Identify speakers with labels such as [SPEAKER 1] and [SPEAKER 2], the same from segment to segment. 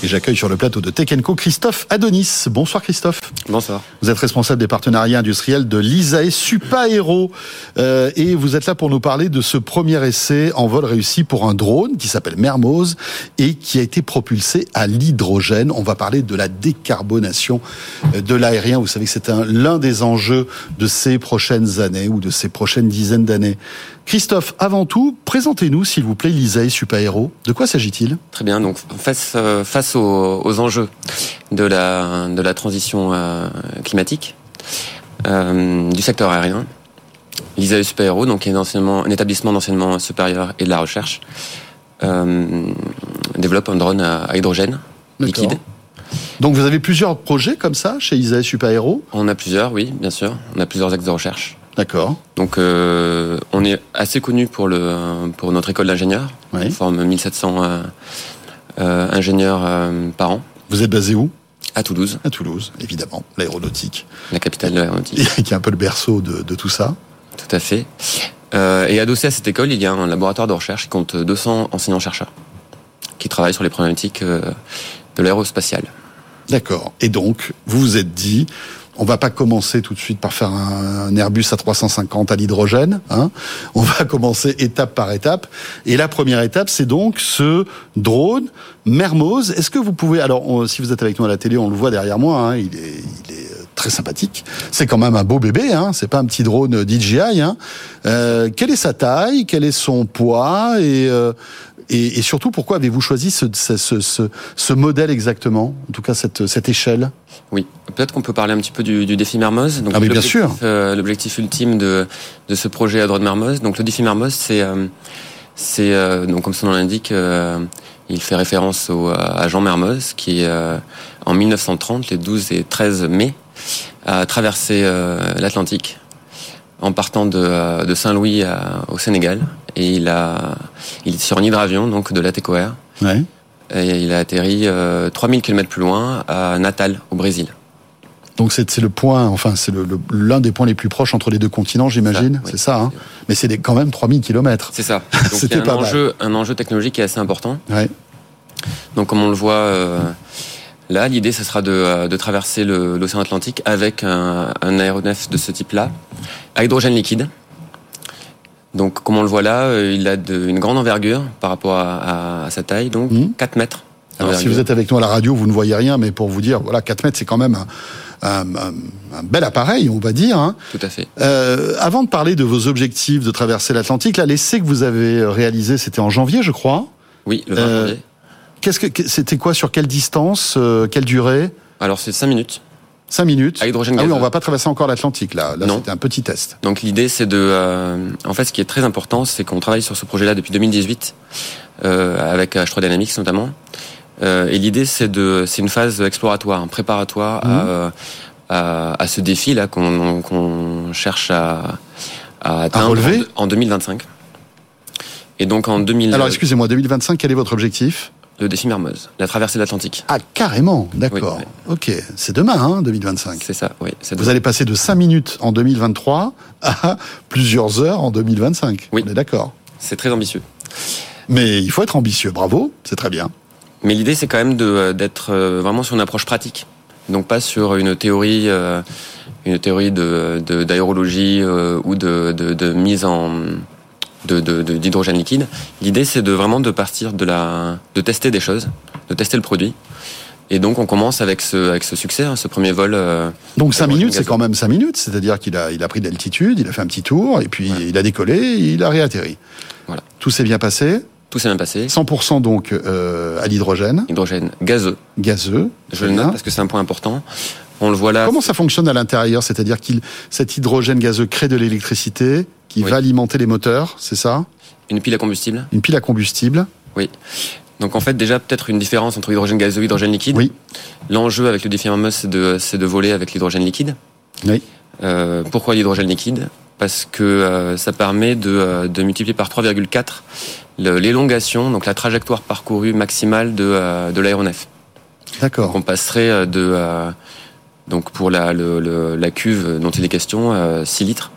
[SPEAKER 1] Et j'accueille sur le plateau de Tech Co Christophe Adonis. Bonsoir Christophe.
[SPEAKER 2] Bonsoir.
[SPEAKER 1] Vous êtes responsable des partenariats industriels de l'ISAE Supaéro. Euh, et vous êtes là pour nous parler de ce premier essai en vol réussi pour un drone qui s'appelle Mermoz et qui a été propulsé à l'hydrogène. On va parler de la décarbonation euh, de l'aérien. Vous savez que c'est un, l'un des enjeux de ces prochaines années ou de ces prochaines dizaines d'années. Christophe, avant tout, présentez-nous s'il vous plaît l'ISAE Supaéro. De quoi s'agit-il
[SPEAKER 2] Très bien, donc face, euh, face aux, aux, enjeux de la, de la transition euh, climatique euh, du secteur aérien, l'ISAE Supaéro donc, est un, un établissement d'enseignement supérieur et de la recherche, euh, développe un drone à, à hydrogène liquide.
[SPEAKER 1] Donc vous avez plusieurs projets comme ça chez ISAE Supaéro
[SPEAKER 2] On a plusieurs, oui, bien sûr. On a plusieurs axes de recherche.
[SPEAKER 1] D'accord.
[SPEAKER 2] Donc euh, on est assez connu pour le pour notre école d'ingénieurs.
[SPEAKER 1] Oui.
[SPEAKER 2] On forme 1700 euh, euh, ingénieurs par an.
[SPEAKER 1] Vous êtes basé où
[SPEAKER 2] À Toulouse.
[SPEAKER 1] À Toulouse, évidemment, l'aéronautique.
[SPEAKER 2] La capitale de l'aéronautique.
[SPEAKER 1] Qui est un peu le berceau de, de tout ça.
[SPEAKER 2] Tout à fait. Euh, et adossé à cette école, il y a un laboratoire de recherche qui compte 200 enseignants-chercheurs qui travaillent sur les problématiques euh, de l'aérospatiale.
[SPEAKER 1] D'accord. Et donc, vous vous êtes dit, on va pas commencer tout de suite par faire un Airbus à 350 à l'hydrogène. Hein on va commencer étape par étape. Et la première étape, c'est donc ce drone Mermoz. Est-ce que vous pouvez, alors on, si vous êtes avec nous à la télé, on le voit derrière moi, hein, il, est, il, est, très sympathique. C'est quand même un beau bébé, hein, c'est pas un petit drone DJI. Hein. Euh, quelle est sa taille Quel est son poids et, euh, et, et, surtout, pourquoi avez-vous choisi ce, ce, ce, ce modèle exactement En tout cas, cette, cette échelle
[SPEAKER 2] Oui, peut-être qu'on peut parler un petit peu du, du défi Mermoz.
[SPEAKER 1] Donc, ah oui, bien sûr
[SPEAKER 2] euh, L'objectif ultime de, de ce projet à droite Mermoz. Donc, le défi Mermoz, c'est, euh, c'est euh, donc comme son nom l'indique, euh, il fait référence au, euh, à Jean Mermoz qui, euh, en 1930, les 12 et 13 mai, a traversé euh, l'Atlantique en partant de, de Saint-Louis à, au Sénégal. Et il a, il est sur un hydravion, donc de la TECOR.
[SPEAKER 1] Ouais.
[SPEAKER 2] Et il a atterri euh, 3000 km plus loin, à Natal, au Brésil.
[SPEAKER 1] Donc c'est, c'est le point, enfin c'est le, le, l'un des points les plus proches entre les deux continents, j'imagine. Ça, oui. C'est ça. Hein. Mais c'est des, quand même 3000 km.
[SPEAKER 2] C'est ça. Donc
[SPEAKER 1] C'était
[SPEAKER 2] il y a un
[SPEAKER 1] pas
[SPEAKER 2] enjeu,
[SPEAKER 1] mal.
[SPEAKER 2] un enjeu technologique qui est assez important.
[SPEAKER 1] Ouais.
[SPEAKER 2] Donc comme on le voit. Euh, Là, l'idée, ce sera de, euh, de traverser le, l'océan Atlantique avec un, un, aéronef de ce type-là, à hydrogène liquide. Donc, comme on le voit là, euh, il a de, une grande envergure par rapport à, à, à sa taille, donc mmh. 4 mètres.
[SPEAKER 1] Hmm. Alors, si vous êtes avec nous à la radio, vous ne voyez rien, mais pour vous dire, voilà, 4 mètres, c'est quand même un, un, un, un, bel appareil, on va dire. Hein.
[SPEAKER 2] Tout à fait.
[SPEAKER 1] Euh, avant de parler de vos objectifs de traverser l'Atlantique, là, l'essai que vous avez euh, réalisé, c'était en janvier, je crois.
[SPEAKER 2] Oui, le 20 euh, janvier.
[SPEAKER 1] Qu'est-ce que c'était quoi sur quelle distance, euh, quelle durée
[SPEAKER 2] Alors c'est 5 minutes.
[SPEAKER 1] 5 minutes.
[SPEAKER 2] À hydrogène
[SPEAKER 1] ah
[SPEAKER 2] gaz.
[SPEAKER 1] oui, on va pas traverser encore l'Atlantique là. Là,
[SPEAKER 2] non.
[SPEAKER 1] c'était un petit test.
[SPEAKER 2] Donc l'idée, c'est de. Euh, en fait, ce qui est très important, c'est qu'on travaille sur ce projet-là depuis 2018 euh, avec H3 Dynamics notamment. Euh, et l'idée, c'est de, c'est une phase exploratoire, hein, préparatoire
[SPEAKER 1] Mhm.
[SPEAKER 2] mmh. à, à, à, ce défi là qu'on, on, qu'on cherche à, à atteindre
[SPEAKER 1] à relever.
[SPEAKER 2] En, en, 2025. Et euh, donc en 2000.
[SPEAKER 1] Alors excusez-moi, 2025, quel est votre objectif
[SPEAKER 2] le défi Mermoz, la traversée de l'Atlantique.
[SPEAKER 1] Ah, carrément, d'accord. Oui, oui. Ok, c'est demain, hein, 2025.
[SPEAKER 2] C'est ça, oui. C'est
[SPEAKER 1] Vous allez passer de 5 minutes en 2023 à plusieurs heures en 2025.
[SPEAKER 2] Oui.
[SPEAKER 1] On est d'accord.
[SPEAKER 2] C'est très ambitieux.
[SPEAKER 1] Mais il faut être ambitieux, bravo, c'est très bien.
[SPEAKER 2] Mais l'idée, c'est quand même de, euh, d'être vraiment sur une approche pratique. Donc pas sur une théorie, euh, une théorie de, de, d'aérologie euh, ou de, mise en, de, de, de, d'hydrogène liquide. L'idée, c'est de vraiment de partir de la, de tester des choses, de tester le produit. Et donc, on commence avec ce, avec ce succès, hein, ce premier vol. Euh,
[SPEAKER 1] donc, 5 minutes, c'est quand même 5 minutes. C'est-à-dire qu'il a, il a pris d'altitude, il a fait un petit tour, et puis ouais. il a décollé, et il a réatterri.
[SPEAKER 2] Voilà.
[SPEAKER 1] Tout s'est bien passé.
[SPEAKER 2] Tout s'est bien passé.
[SPEAKER 1] 100% donc euh, à l'hydrogène.
[SPEAKER 2] Hydrogène gazeux.
[SPEAKER 1] Gazeux.
[SPEAKER 2] Je le note parce que c'est un point important. On le voit là.
[SPEAKER 1] Comment ça fonctionne à l'intérieur C'est-à-dire qu'il cet hydrogène gazeux crée de l'électricité qui
[SPEAKER 2] oui.
[SPEAKER 1] va alimenter les moteurs, c'est ça
[SPEAKER 2] Une pile à combustible.
[SPEAKER 1] Une pile à combustible.
[SPEAKER 2] Oui. Donc en fait déjà peut-être une différence entre hydrogène gazeux et hydrogène liquide.
[SPEAKER 1] Oui.
[SPEAKER 2] L'enjeu avec le défi Mermoz c'est de, c'est de voler avec l'hydrogène liquide.
[SPEAKER 1] Oui.
[SPEAKER 2] Euh, pourquoi l'hydrogène liquide Parce que euh, ça permet de, de, multiplier par 3,4 le, l'élongation, donc la trajectoire parcourue maximale de, euh, de l'aéronef.
[SPEAKER 1] D'accord.
[SPEAKER 2] Donc on passerait de... euh, euh, Donc pour la, le, le, la, cuve dont il est question, euh, 6 litres,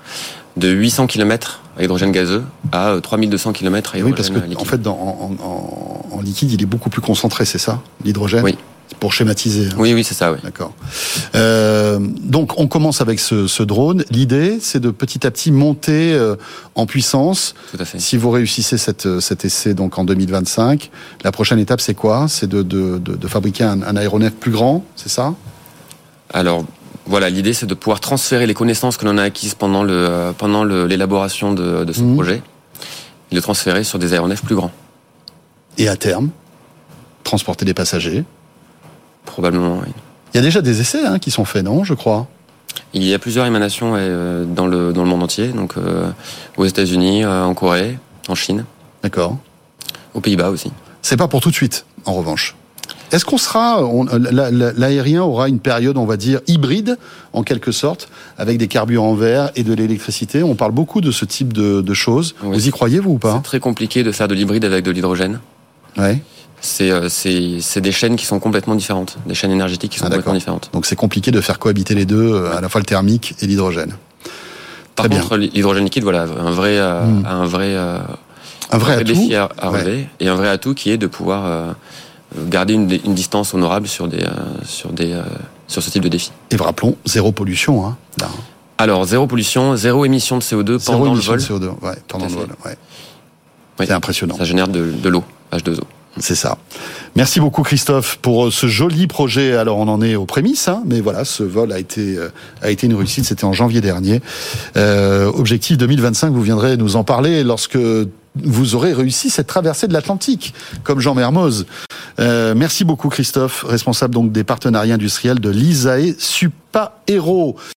[SPEAKER 2] de 800 km à hydrogène gazeux à euh, 3200 km à
[SPEAKER 1] Oui,
[SPEAKER 2] hydrogène
[SPEAKER 1] parce que
[SPEAKER 2] liquide.
[SPEAKER 1] en fait, dans- en, en- en- en liquide, il est beaucoup plus concentré, c'est ça L'hydrogène
[SPEAKER 2] Oui.
[SPEAKER 1] Pour schématiser. hein.
[SPEAKER 2] Oui, oui, c'est ça, oui.
[SPEAKER 1] D'accord. Euh, donc, on commence avec ce, ce drone. L'idée, c'est de petit à petit monter euh, en puissance.
[SPEAKER 2] Tout à fait.
[SPEAKER 1] Si vous réussissez cette, euh, cet essai donc en 2025, la prochaine étape, c'est quoi C'est de, de- de- de fabriquer un, un aéronef plus grand, c'est ça
[SPEAKER 2] Alors voilà, l'idée c'est de pouvoir transférer les connaissances que l'on a acquises pendant le euh, pendant le- l'élaboration de, de ce
[SPEAKER 1] Mhm.
[SPEAKER 2] projet, et le transférer sur des aéronefs plus grands,
[SPEAKER 1] Et à terme, transporter des passagers.
[SPEAKER 2] probablement. oui.
[SPEAKER 1] Il y a déjà des essais hein, qui sont faits, non Je crois.
[SPEAKER 2] Il y a plusieurs émanations ouais, euh, dans le dans le monde entier, donc euh, aux États-Unis, euh, en Corée, en Chine,
[SPEAKER 1] D'accord.
[SPEAKER 2] aux Pays-Bas aussi.
[SPEAKER 1] C'est pas pour tout de suite, en revanche. Est-ce qu'on sera, on- euh, la- la- l'aérien aura une période, on va dire, hybride, en quelque sorte, avec des carburants verts et de l'électricité On parle beaucoup de ce type de, de choses.
[SPEAKER 2] Oui.
[SPEAKER 1] Vous y croyez, vous, ou pas
[SPEAKER 2] C'est très compliqué de faire de l'hybride avec de l'hydrogène.
[SPEAKER 1] Ouais.
[SPEAKER 2] C'est euh, c'est c'est des chaînes qui sont complètement différentes, des chaînes énergétiques qui sont
[SPEAKER 1] Ah, d'accord.
[SPEAKER 2] complètement différentes.
[SPEAKER 1] Donc c'est compliqué de faire cohabiter les deux, euh, à la fois le thermique et l'hydrogène.
[SPEAKER 2] Par
[SPEAKER 1] Très
[SPEAKER 2] contre, l'hydrogène liquide, voilà, un vrai euh,
[SPEAKER 1] Mhm.
[SPEAKER 2] un vrai euh,
[SPEAKER 1] Un vrai
[SPEAKER 2] vrai
[SPEAKER 1] atout.
[SPEAKER 2] défi à, à relever et un vrai atout qui est de pouvoir euh, garder une, une distance honorable sur des euh, sur des euh, sur ce type de défi.
[SPEAKER 1] Et rappelons, zéro pollution. Hein, là.
[SPEAKER 2] Alors zéro pollution, zéro émission de CO2
[SPEAKER 1] Zéro
[SPEAKER 2] pendant le
[SPEAKER 1] émission
[SPEAKER 2] vol.
[SPEAKER 1] de CO2. Ouais, pendant le
[SPEAKER 2] Tout à
[SPEAKER 1] vol. ouais.
[SPEAKER 2] Oui.
[SPEAKER 1] C'est impressionnant.
[SPEAKER 2] Ça génère de, de l'eau, H2O.
[SPEAKER 1] C'est ça. Merci beaucoup Christophe pour euh, ce joli projet. Alors on en est aux prémices, hein, mais voilà, ce vol a été euh, a été une réussite. C'était en janvier dernier. Euh, objectif 2025. Vous viendrez nous en parler lorsque vous aurez réussi cette traversée de l'Atlantique, comme Jean Mermoz. Euh, merci beaucoup Christophe, responsable donc des partenariats industriels de l'ISAE E Supa Hero.